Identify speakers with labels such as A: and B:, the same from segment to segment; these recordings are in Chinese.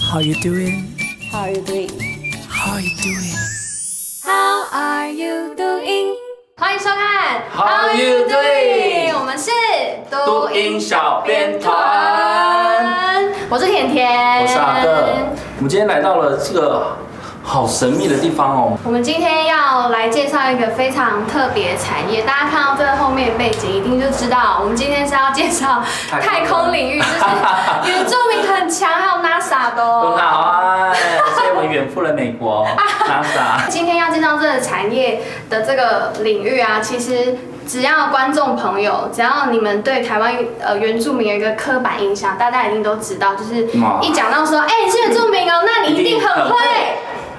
A: How you doing?
B: How are you doing?
A: How you doing?
B: How are you doing?
C: 欢迎收看
D: How you doing？
C: 我们是
D: 都音小编团，，
C: 我是甜甜，
D: 我是阿乐。我们今天来到了这个好神秘的地方哦，
C: 我们今天要来介绍一个非常特别的产业，大家看到这个后面背景一定就知道，我们今天是要介绍太
D: 太
C: 空
D: 空
C: 领
D: 领
C: 域，
D: 域
C: 就是 原住民很强，还有 NASA 的
D: 都
C: 哦。
D: 好啊，所以我们远赴了美国，NASA。
C: 今天要介绍这个产业的这个领域啊，其实只要观众朋友，只要你们对台湾呃原住民有一个刻板印象，大家一定都知道，就是
D: 哇
C: 一讲到说，哎、你是原住民哦，那你一定很会。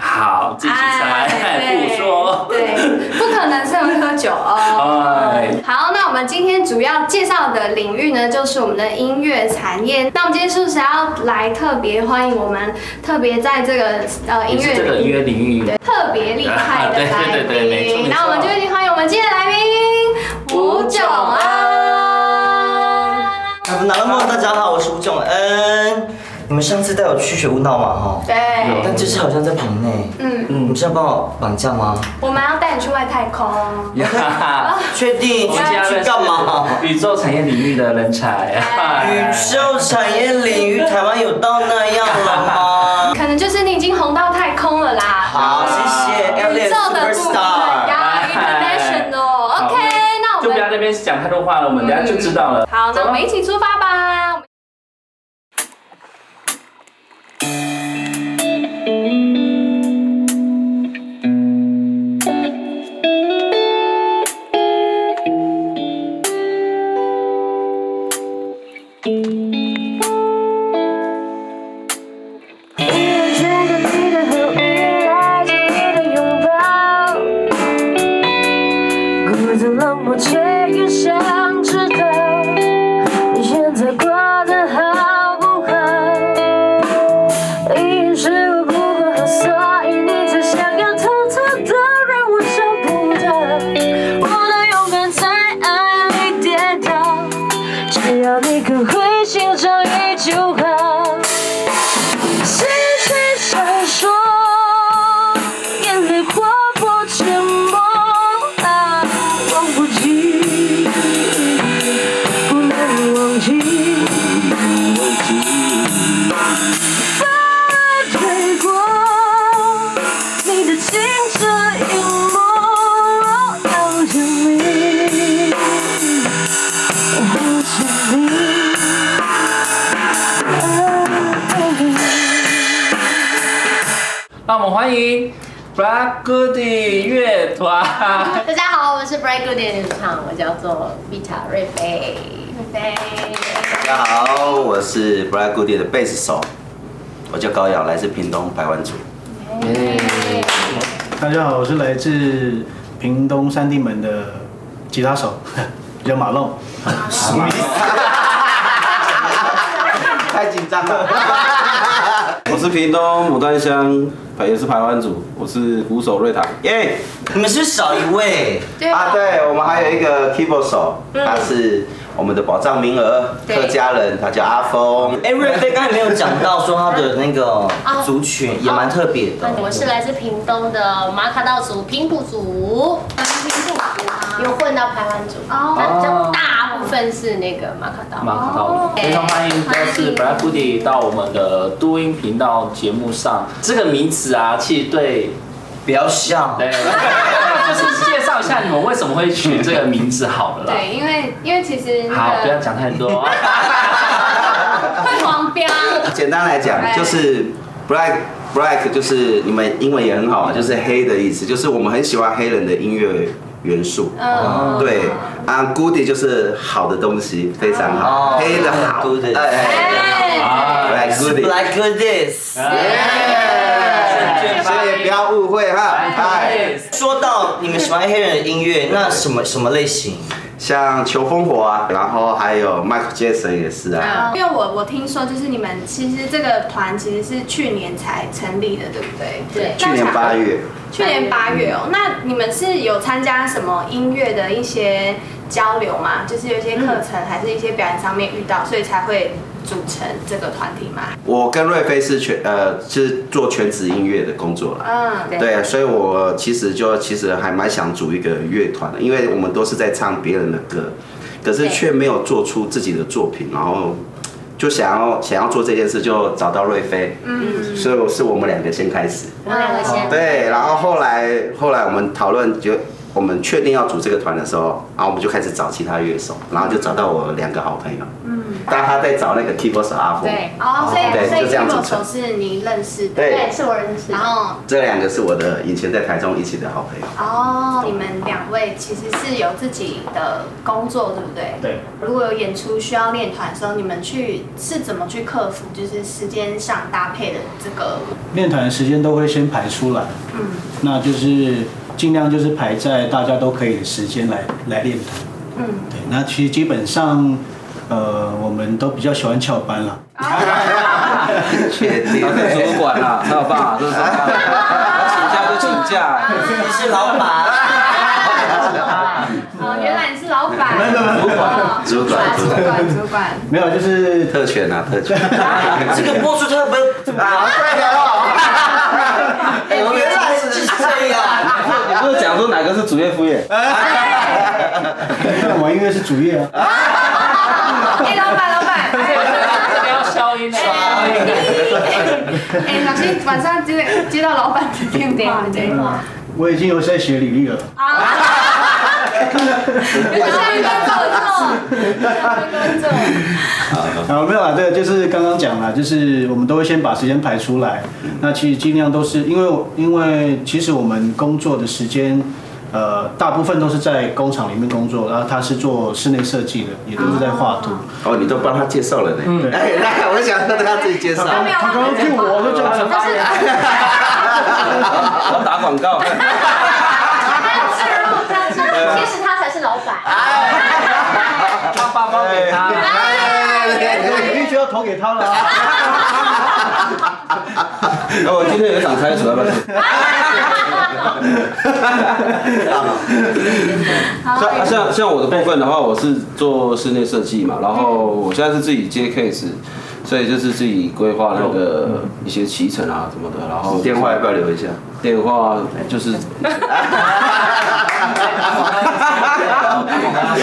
D: 好，继续猜，
C: 哎
D: 不说。
C: 对，对不可能是有喝 酒哦。
D: 哎
C: 好，那我们今天主要介绍的领域呢，就是我们的音乐产业。那我们今天是不是要来特别欢迎我们特别在这个呃音
D: 也是
C: 乐
D: 这个
C: 领
D: 音
C: 域
D: 乐领域
C: 对，特别厉害的来
D: 啊对对对对没错
C: 宾
D: 没。错
C: 那我们就一起欢迎我们今天的来宾吴炯啊安。
E: 卡夫拿拉梦，大家好，我是吴炯恩。你们上次带我去学舞蹈嘛，哈，
C: 对，
E: 但就是好像在棚内。
C: 嗯，
E: 嗯，你们是要帮我绑架吗？
C: 我们要带你去外太空。
D: 呀，
E: 确 定
D: 我
E: 去
D: 们家
E: 去
D: 人
E: 干嘛？
D: 是宇宙产业领域的人才，
E: 宇
D: 哎
E: 宙产业领域，台湾有到那 样了吗？
C: 可能就是你已经红到太空了啦，
E: 好，谢谢
D: 宇
E: a l i
C: 宇
E: e
C: 宙的部分
E: Superstar。
C: 呀
D: 哎
C: ，international。
D: 好
C: OK，那我
D: 就不要
C: 们嗯
D: 在那边讲太多话了，我们等下就知道了。
C: 好，那我们一起出发吧。
F: 一个圈的你的和我，爱着你的拥抱，孤独冷漠却也想知道，你现在过得好不好？一眼是我不够好，所以你才想要偷偷的让我找不到，我的勇敢在爱里跌倒，只要你肯回心转意就好。谁在闪烁，眼泪划破沉默，啊，忘不记，不能忘记。风吹过你的清澈眼眸，好想你，好想你。
D: 那我们欢迎 Black Goody 乐团。
B: 大家好，我是 Break Good 的主唱，我叫做 Vita 瑞菲。
C: 对，
E: 大家好，我是 Black Goody 的贝斯手，我叫高瑶，来自屏东百万族。
G: 大家好，我是来自屏东三地门的吉他手， 叫马龙。
E: 太紧张了。
H: 我是屏东牡丹乡，也是台湾组，我是鼓手瑞堂。
E: 耶，你们是不是少一位？
C: 对嗯
H: 啊，对，我们还有一
E: 嗯
H: 个 keyboard 手，他是我们的保障名额，
C: 对
H: 客家人，他叫阿峰。
E: 哎，瑞菲刚才没有讲到说他的那个
B: 啊
E: 族群也蛮特别
C: 啊
E: 的。
B: 我是来自屏东的马卡道族、平埔族，有混到排湾族，
C: 哦
H: 哦
B: 那比较大部分是那个马卡道。
D: 蛮好的，非常欢迎，就是 Black Goody 到我们的都音频道节目上。这个名词啊，其实对
E: 不要笑。
D: 对，就是介绍一下你们为什么会取这个名字好了啦。
C: 对，因为因为其实
D: 好，
C: 那
D: 不要
C: 个
D: 讲太多。
C: 会黄标，
H: 简单来讲
C: 哎，
H: 就是 black black 就是你们英文也很
C: 嗯
H: 好嘛，就是黑的意思，就是我们很喜欢黑人的音乐元素。
C: 嗯，
H: 对啊，goody 就是好的东西，非常好，
E: 哦
H: 黑的好
E: Goody
H: 哎哎
C: 哎，
H: 哎，black
E: 是
H: goody。
E: Black Goodness。
D: 耶
H: 所以不要误会哈，嗨，
E: 说到你们喜欢黑人的音乐，那什么什么类型？
H: 像求风火啊，然后还有 Michael Jackson 也是啊，
C: 因为我我听说就是你们其实这个团其实是去年才成立的，对不对？
B: 对
C: 那
H: 去年
C: 想
H: 八，月，
C: 去年八月哦。那你们是有参加什么音乐的一些交流嘛，就是有一些课程还是一些表演上面遇到，所以才会组成这个团体嘛。
H: 我跟瑞菲是全呃是做全职音乐的工作啦。
C: 嗯，
H: 对，所以我其实就其实还蛮想组一个乐团的，因为我们都是在唱别人的歌，可是
B: 对
H: 却没有做出自己的作品，然后就想要想要做这件事，就找到瑞菲，嗯，所以是我们两个先开始，
B: 我们两个先
H: 对，然后后来后来我们讨论就。我们确定要组这个团的时候，然后我们就开始找其他乐手，然后就找到我两个好朋友，嗯，但他在找那个 keyboard 手阿峰，
B: 对，
C: 哦，所以
H: 对
C: 所以
H: 就这样
C: Kimo
H: 组成
C: 手是你认识的，
H: 对
B: 对，是我认识的。
C: 然后
H: 这两个是我的以前在台中一起的好朋友。
C: 哦，你们两位其实是有自己的工作，对不对？
G: 对。
C: 如果有演出需要练团的时候，你们去是怎么去克服，就是时间上搭配的这 个？
G: 练团的时间都会先排出来，嗯，那就是尽量就是排在大家都可以的时间来来练团，嗯，对，那其实基本上，呃，我们都比较喜欢翘班了，
H: 确定
F: 他是主管啊，他有办法，就是说他请假就请假，
E: 你是老板，
C: 哦，原来你是老板，
H: 主管主管
C: 管，主管，
G: 没有，就是
H: 特权啊，特 权。
E: 这个播出特别
H: 啊，对哦。哎我原来
E: 是这样，
F: 你不是讲说哪个是主业副业？
G: 玩音乐是主业啊，
C: 哎，老板，老板，
D: 这个要消音的吧。
C: 哎，小心晚上接接到老板的电话，对。
G: 我已经有在写履历了，
C: 有下一 个工作，
G: 啊，没有啦，对，就是刚刚讲啦，就是我们都会先把时间排出来。那其实尽量都是因为我因为其实我们工作的时间，呃，大部分都是在工厂里面工作，然后他是做室内设计的，也都是在画图。
H: 哦，你都帮他介绍了呢。嗯。哎，来，我想让他自己介绍。
G: 他刚刚骗我，我就这样讲，
F: 我哦要打广告，
B: 那其实他才是老板，
D: 他爸包给他，
C: 哎
G: 我一定就要投给他了、啊。
F: 那我今天有一场开除，要不要去？像像像我的部分的话，我是做室内设计嘛，然后我现在是自己接 case，所以就是自己规划那个一些骑程啊什么的，然后
H: 电话要不要留一 下？
F: 电话就是
H: 有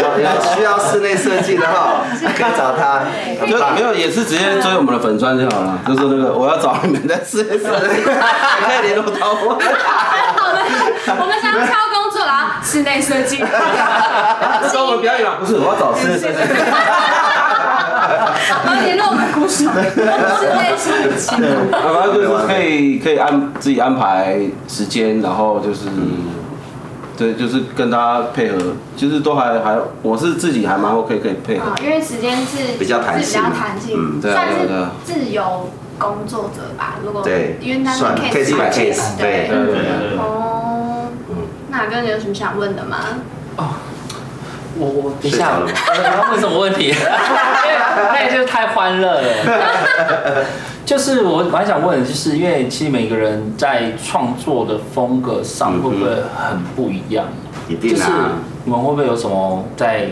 H: 有需要室内设计的哈，可以找他。
F: 就没有也是直接追我们的粉砖就好了，就是那个我要找你们的室内设计，可以联络到我。
C: 我们想要挑工作啊 啦，室内设计。
F: 那时候我们表演啊嘛，不是我要找室内设计。
C: 而且那我们鼓手室内设计。
F: 啊，反正就是可以可以安自己安排时间，然后就是，对，就是跟他配合，就是都还还，我是自己还蛮 OK 可以配合
C: 啊，，因为时间是
H: 比较弹性
C: 是比较弹性，
H: 嗯
F: 对啊
C: 算是
F: 对啊
C: 自由工作者吧。如果
H: 对
C: 因为他是
H: 算
C: case
H: case by case，
C: 对
H: 对
F: 对对对。
C: 哦，那哥你有什么想问的 吗？
D: 我我等一
H: 睡着
D: 下，
H: 了吗
D: 我要问什么问题？因为那也就是太欢乐了。 就是我蛮想问，的，就是因为其实每个人在创作的风格上
H: 嗯哼
D: 会不会很不一样？
H: 一定
D: 就是
H: 啊。
D: 你们会不会有什么在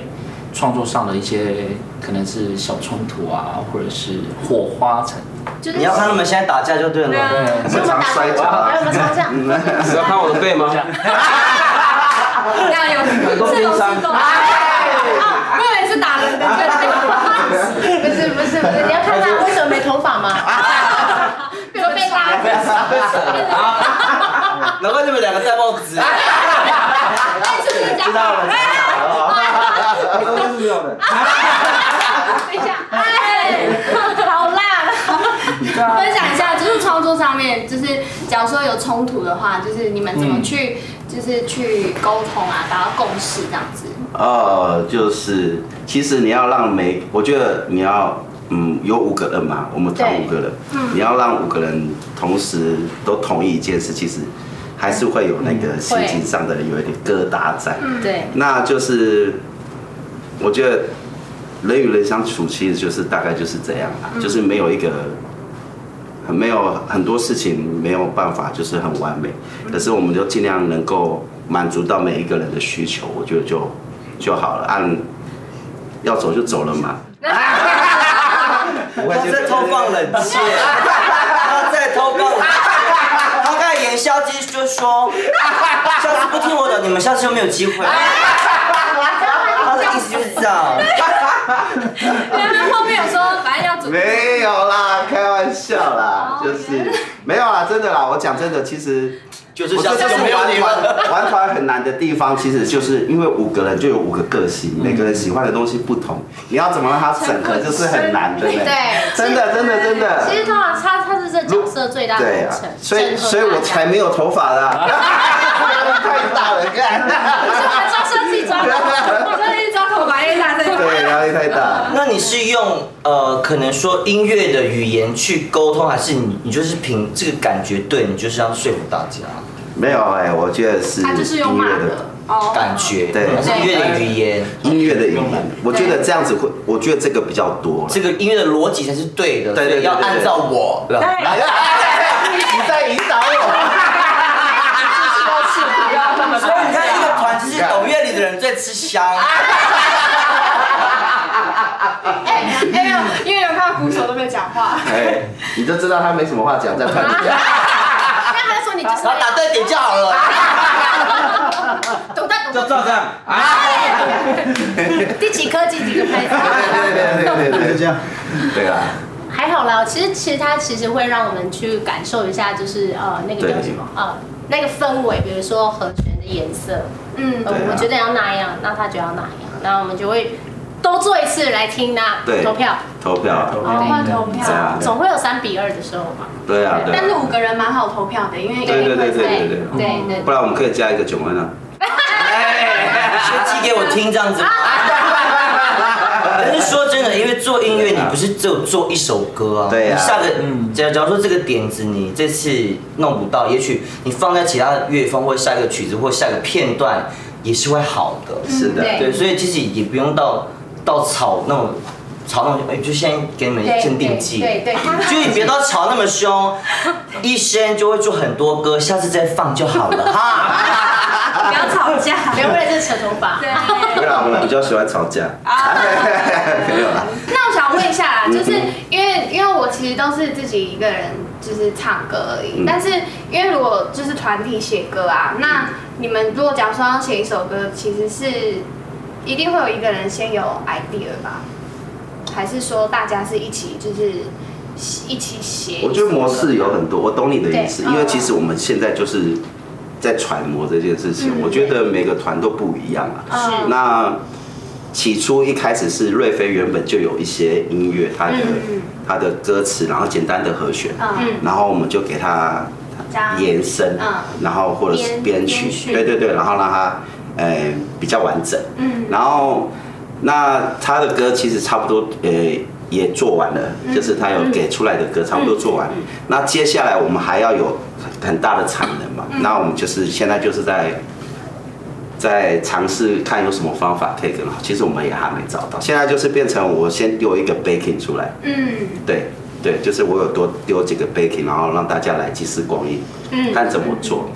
D: 创作上的一些可能是小冲突啊，或者是火花产？
B: 就是
E: 你要看他们现在打架就对了。
D: 对，啊
H: 我们常摔跤
B: 哎，
H: 啊。
B: 我们常这样，
F: 只要看我的背吗
D: 这？样。啊
C: 那有
F: 很多
C: 是
F: 冰山
C: 懂啊，我以为是打人的，对
B: 不是不是不是，你要看他为什么没头发
C: 啊
B: 嘛？
C: 对，就被拉着。
E: 难怪你们两个戴帽子。
C: 哎，是不是知道了？
F: 都是没有的。
C: 等一下，哎，好辣！ 分享一下，就是操作上面，就是假如说有冲突的话，就是你们怎么去，就是去沟通啊，达到共识这样子。
H: 呃，就是其实你要让每，我觉得你要，嗯，有五个人嘛，我们团
B: 对
H: 五个人，你要让五个人同时都同意一件事，其实还是会有那个心情上的有一点疙瘩在。
B: 对，
H: 那就是我觉得人与人相处其实就是大概就是这样
E: 嗯
H: 啦，就是没有一个很没有很多事情没有办法就是很
E: 嗯
H: 完美，可是我们就尽量能够满足到每一个人的需求，我觉得就就好了，按要走就走了 嘛。
C: 啊
E: 他在偷放冷箭，他在偷放冷箭。他看演肖机就说， 下次不听我的，你们下次就没有机会。他的意思就是这样。
C: 原来后面有说，反正要准备。
H: 没有啦，开玩笑啦，
E: 哦
H: 就是没有啦，真的啦，我讲真的，其实。
E: 就是
H: 我
E: 下
H: 这
E: 次
H: 就
E: 就是没有
H: 玩
E: 你们。
H: 团玩团很难的地方，其实就是因为五个人就有五个个性，每个人喜欢的东西不同，你要怎么让它整合，就是很难的呢。
B: 对
H: 真的真的真的
B: 其。实通常他他是这角色最大的
H: 对
B: 成
H: 啊，所以
B: 整合
H: 所以我
B: 大家
H: 才没有头发啦，太大了，干。
C: 我还抓设计抓头发，我这一抓头发，一大堆。
H: 对，压力太大。
E: 那你是用呃，可能说音乐的语言去沟通，还是你你就是凭这个感觉对你就是要说服大家？
H: 没有哎、我觉得是
C: 他就是用
H: 音
C: 骂
H: 乐
C: 的
H: 的
C: 哦
E: 感觉，嗯
H: 对
E: 还是音乐的语言，
H: 音乐的语言，我觉得这样子会，我觉得这个比较多啦。
E: 这个音乐的逻辑才是对的，
H: 对
E: 所以
H: 对对
E: 要
H: 对对
E: 按照我。对
H: 哎呀你在引导我。
E: 所以你看，一个团就是懂乐理的人最吃香。
C: 哎，哎没有，因为有看鼓手都没讲话，
H: 哎，你就知道他没什么话讲，在团里讲。
C: 但他说你就是
E: 然后 打对点就好了。
C: 懂得
F: 就
C: 懂
F: 照这样啊，
C: 得第几颗第几个拍子。
H: 对对对对
G: 就
H: 对
G: 这
H: 对，
G: 样。
H: 对啊，
B: 还好啦，其实其实它其实会让我们去感受一下，就是呃那个叫什么呃那个氛围，比如说和弦的颜色，
C: 嗯
B: 呃、
H: 对啊
B: 我觉得要那样，那他觉得要那样，那我们就会都做一次来听那
H: 对
B: 投票，
H: 投票啊，
C: 哦，换投
H: 对
C: 票
H: 啊。
B: 总会有三比二的时候嘛。
H: 对啊，对
C: 但是
H: 啊，
C: 五个人蛮好投票的，因为
H: 对对对对对对
B: 对对对
H: 不然我们可以加一个九门啊。
E: 先寄给我听这 样子吗。但是说真的，因为做音乐，你不是只有做一首歌啊。
H: 对啊
E: 你下个，假假如说这个点子你这次弄不到，也许你放在其他的乐风或下一个曲子或下个片段也是会好的。
H: 是的，
B: 对
E: 对，所以其实也不用到到吵那种吵那种，哎，就先给你们
B: 对
E: 镇定
B: 对
E: 剂。
B: 对对，
E: 就你别到吵那么 凶，一生就会做很多歌，下次再放就好了哈。
C: 不要吵架。
B: 不要为了这扯头发。
C: 对。
H: 对啊，我们比较喜欢吵架。没有啦，
C: 那我想问一下啦，就是因为因为我其实都是自己一个人就是唱歌而已，
H: 嗯
C: 但是因为如果就是团体写歌啊，那你们如果假如说要写一首歌，其实是一定会有一个人先有 idea 吧？还是说大家是一起就是一起写？
H: 我觉得模式有很多，我懂你的意思，
C: 对
H: 因为其实我们现在就是在揣摩这件事情，
C: 嗯
H: 我觉得每个团都不一样啊。
C: 嗯
H: 那起初一开始是瑞飞原本就有一些音乐，他的
C: 嗯
H: 他的歌词，然后简单的和弦，
C: 嗯
H: 然后我们就给他
C: 加
H: 延伸
C: 嗯，
H: 然后或者是
C: 编
H: 编
C: 编
H: 曲，
C: 曲
H: 对对对，然后让它呃比较完整。
C: 嗯
H: 然后那他的歌其实差不多呃也做完了，
C: 嗯
H: 就是他有给出来的歌差不多做完。那接下来我们还要有很大的产能
C: 嗯
H: 嘛，那我们就是现在就是在。在尝试看有什么方法可以更好，其实我们也还没找到。现在就是变成我先丢一个 baking 出来，
C: 嗯
H: 对对，就是我有多丢几个 baking，然后让大家来集思广益，
C: 嗯
H: 看怎么做。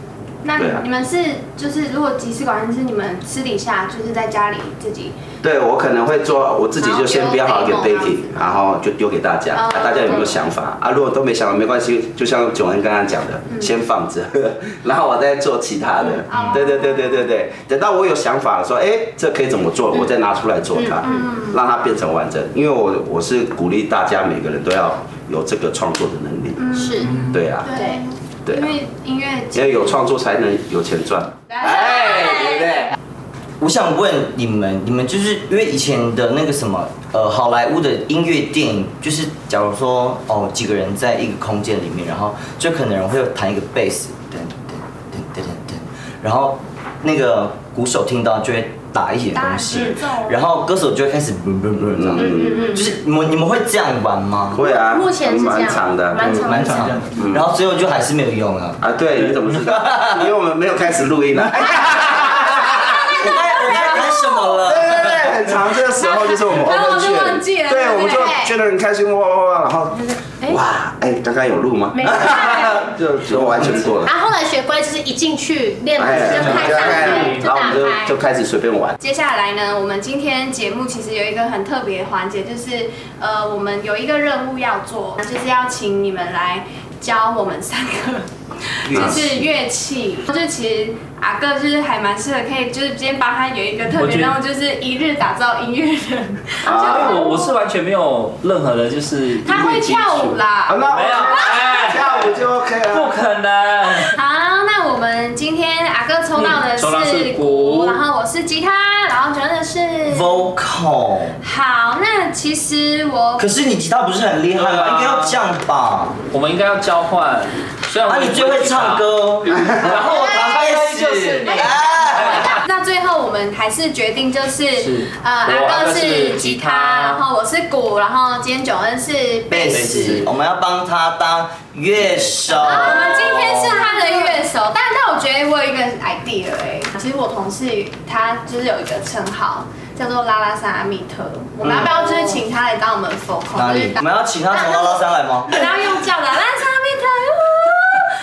C: 那
H: 对啊
C: 你们是就是如果集思广益是你们私底下就是在家里自己
H: 对我可能会做，我自己就先标好一个
C: 然后丢
H: baking，然后就丢给大家，
C: 哦
H: 啊大家有没有想法啊？如果都没想法，没关系，就像九恩刚刚讲的，
C: 嗯
H: 先放着， 然后我再做其他的。
C: 哦
H: 对对对对对对，等到我有想法了，说哎，这可以怎么做，
C: 嗯
H: 我再拿出来做它，让它变成完整。因为我我是鼓励大家每个人都要有这个创作的能力。
B: 是，
H: 对啊，
B: 对
H: 对
C: 嗯因
H: 啊，
C: 为音乐
H: 只要有创作才能有钱赚。
C: 哎对不对？
E: 我想问你们，你们就是因为以前的那个什么，呃，好莱坞的音乐电影，就是假如说哦，几个人在一个空间里面，然后就可能有人会弹一个贝斯，噔噔噔噔噔噔，然后那个鼓手听到就会打一些东西
C: 打节奏，
E: 然后歌手就会开始嘣嘣嘣这样，
H: 嗯，
E: 就是你们你们会这样玩吗？
H: 会啊，
B: 目前是这样
H: 蛮长的，
B: 蛮长
E: 蛮长的，然后最后就还是没有用啊。
H: 啊，对，你怎么知道？因为我们没有开始录音啊。
E: 我该我该谈什么了？
H: 对，很长。这个时候就是我们
C: 然后我
H: open
C: 就忘记了
H: 对，我们就
C: 对不对
H: 觉得很开心，哇哇哇，然后
I: 哎
H: 哇，哎，刚刚有录吗？
I: 没有
H: 就就完全错了。
I: 然后后来学乖就是一进去练了
H: 哎，
I: 就开上去就
H: 然后我
I: 打
H: 们就就
I: 开。
H: 开始随便玩。
C: 接下来呢，我们今天节目其实有一个很特别的环节，就是呃，我们有一个任务要做，就是要请你们来教我们三个。就是乐器，就其实阿哥就是还蛮适合，可以就是今天帮他有一个特别任务，就是一日打造音乐人。
D: 啊 因为我我是完全没有任何的，就是
C: 他会跳舞
H: 啊，
C: 啦。
H: 那
D: 没有哎
H: 下午就 OK
D: 不
H: 了。
D: 可能。
C: 好，那我们今天阿哥抽到的
D: 嗯抽到
C: 是
D: 是鼓
C: 然后我是吉他，然后转的是。
E: vocal。
C: 好，那其实我
E: 可是你吉他不是很厉害
D: 对
E: 吗？
D: 啊
E: 应该要这样吧？
D: 我们应该要交换，虽然
E: 啊，
D: 我
E: 你最会唱， 歌，哦然后开始
D: 就是你
E: 哎
C: 那最后我们还是决定就是，
D: 是
C: 呃，
D: 我
C: 阿
D: 阿
C: 哥
D: 哥
C: 是
D: 是
C: 吉
D: 吉
C: 他，
D: 他
C: 然后我是鼓，然后今天九恩是贝
E: 贝
C: 斯
E: 斯。，我们要帮他当乐手。
C: 哦我们今天是他的乐手，但但我觉得我有一个 idea 哎、其实我同事他就是有一个称号叫做拉拉山阿密特，我们要不要就是请他来当我们 vocal？
E: 哪
C: 就是
E: 里？我
C: 当
E: 们要请他从拉拉山来吗？
C: 我 们要用叫的拉拉山阿密特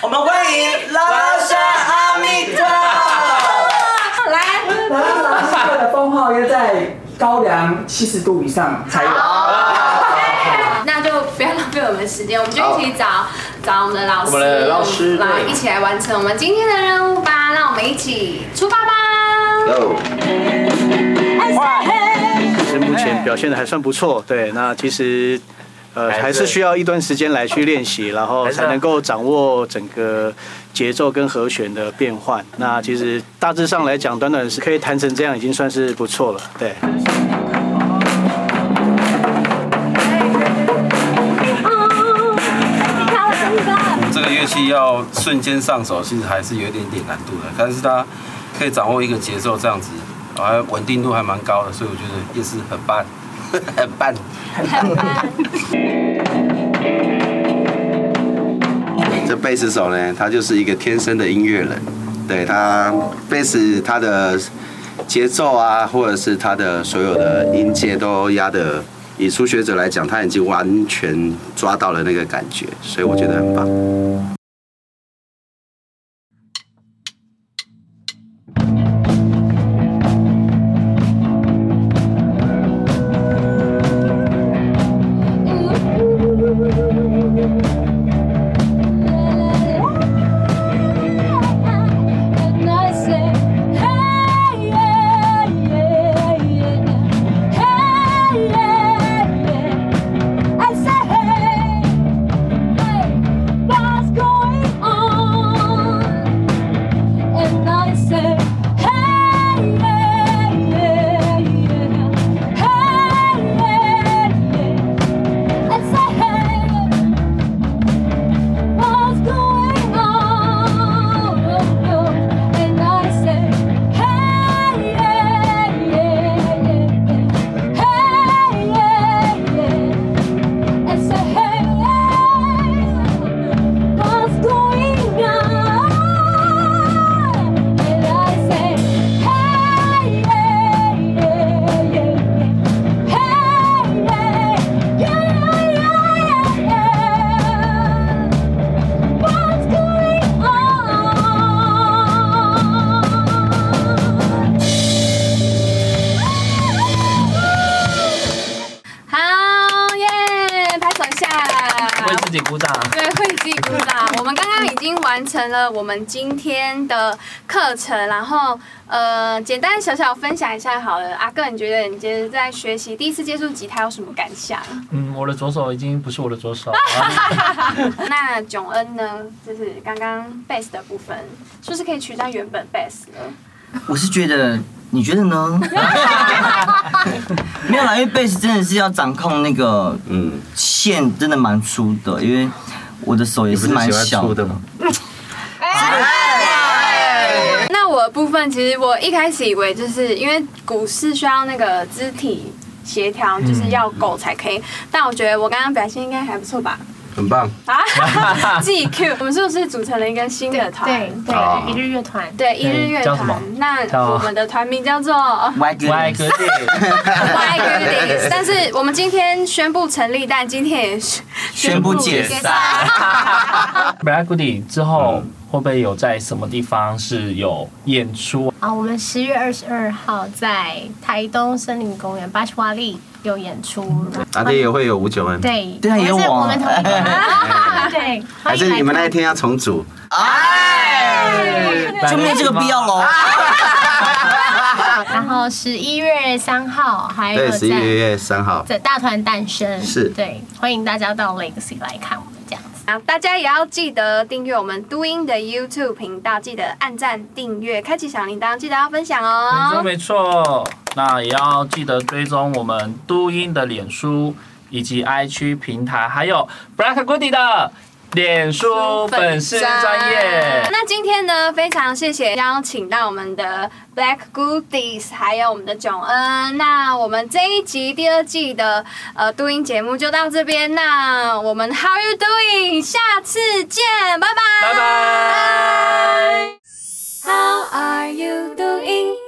E: 我们欢迎拉拉山阿密特。
C: 哟，来。
J: 然后老师傅的封号要在高粱七十度以上才有。
C: 那就不要浪费我们时间，我们就一起找找我们的老师，
D: 我们的老师
C: 来
D: 对
C: 一起来完成我们今天的任务吧。让我们一起出发吧！
H: Go。
G: 其实目前表现的还算不错，对，那其实。呃，
D: 还是
G: 还是需要一段时间来去练习，然后
D: 还是
G: 才
D: 要
G: 能够掌握整个节奏跟和弦的变换。那其实大致上来讲，短短是可以弹成这样，已经算是不错了。对。
F: 这个乐器要瞬间上手，其实还是有一点点难度的，但是它可以掌握一个节奏，这样子，然后稳定度还蛮高的，所以我觉得也是很 棒，很棒。
H: 这贝斯手呢，他就是一个天生的音乐人，对他贝斯他的节奏啊，或者是他的所有的音阶都压的，以初学者来讲，他已经完全抓到了那个感觉，所以我觉得很棒。
B: What's going on? And I say, Hey, yeah, yeah, yeah, hey, yeah, yeah. I say, Hey, what's going on? And I say, Hey, yeah, yeah, yeah, hey, yeah, yeah, yeah, yeah, yeah. What's going on?
C: 好耶，拍手一下。
D: 为自己鼓掌。
C: 对，会击鼓 掌。我们刚刚已经完成了我们今天的课程，然后呃，简单小小分享一下好了。阿哥，你觉得你今天在学习第一次接触吉他有什么感 想？
D: 嗯，我的左手已经不是我的左手。 啊
C: 那囧恩呢？就是刚刚贝斯的部分，是不是可以取代原本贝斯了？
E: 我是觉得，你觉得 呢？没有啦，因为贝斯真的是要掌控那个
H: 嗯，
E: 线，真的蛮粗的，因为我的手也
H: 你不
E: 是
H: 是
E: 蛮
H: 喜欢
E: 小
H: 粗的吗？
C: 那我的部分其实我一开始以为就是因为股市需要那个肢体协调，就是要够才可以。但我觉得我刚刚表现应该还不错吧？
K: 很棒。
C: 啊 ，GQ，我们是不是组成了一个新的团？
B: 对
D: 啊
B: 对，一日乐团，
C: 对，一日乐
D: 叫什么
C: 团。那
D: 叫
C: 我们的团名 叫做
E: 歪哥，
D: 歪哥弟，
C: Why Goodies，但是我们今天宣布成立，但今天 也是
E: 宣布解散。
D: 歪哥弟之后会不会有在什么地方是有演出？
B: 啊，我们十月二十二号在台东森林公园巴西瓦利有演出，
F: 哪天啊也会有吴九恩，
B: 对，
E: 对啊也有
B: 我们是
E: 我
B: 我们同一个， 啊对，
F: 还
B: 欢迎
F: 是
B: 来
F: 你们那一
B: 看
F: 天要重组？
E: 哎， 就没有这个必要喽。
B: 然后十一月三号还有
F: 对，
B: 在
F: 十一月三号。
B: 在大团诞生，
F: 是
B: 对，欢迎大家到 Legacy 来看我们这样子。
C: 啊，大家也要记得订阅我们都音的 YouTube 频道，记得按赞、订阅、开启小铃铛，记得要分享
D: 没错
C: 哦。
D: 没错，那也要记得追踪我们都音的脸书以及 I 区平台，还有 Black Goody 的脸书粉丝专业。
C: 那今天呢，非常谢谢邀请到我们的 Black Goodies，还有我们的囧恩。那我们这一集第二季的呃录音节目就到这边，那我们 How you doing？下次见，拜拜，
D: 拜拜。
C: How are you doing？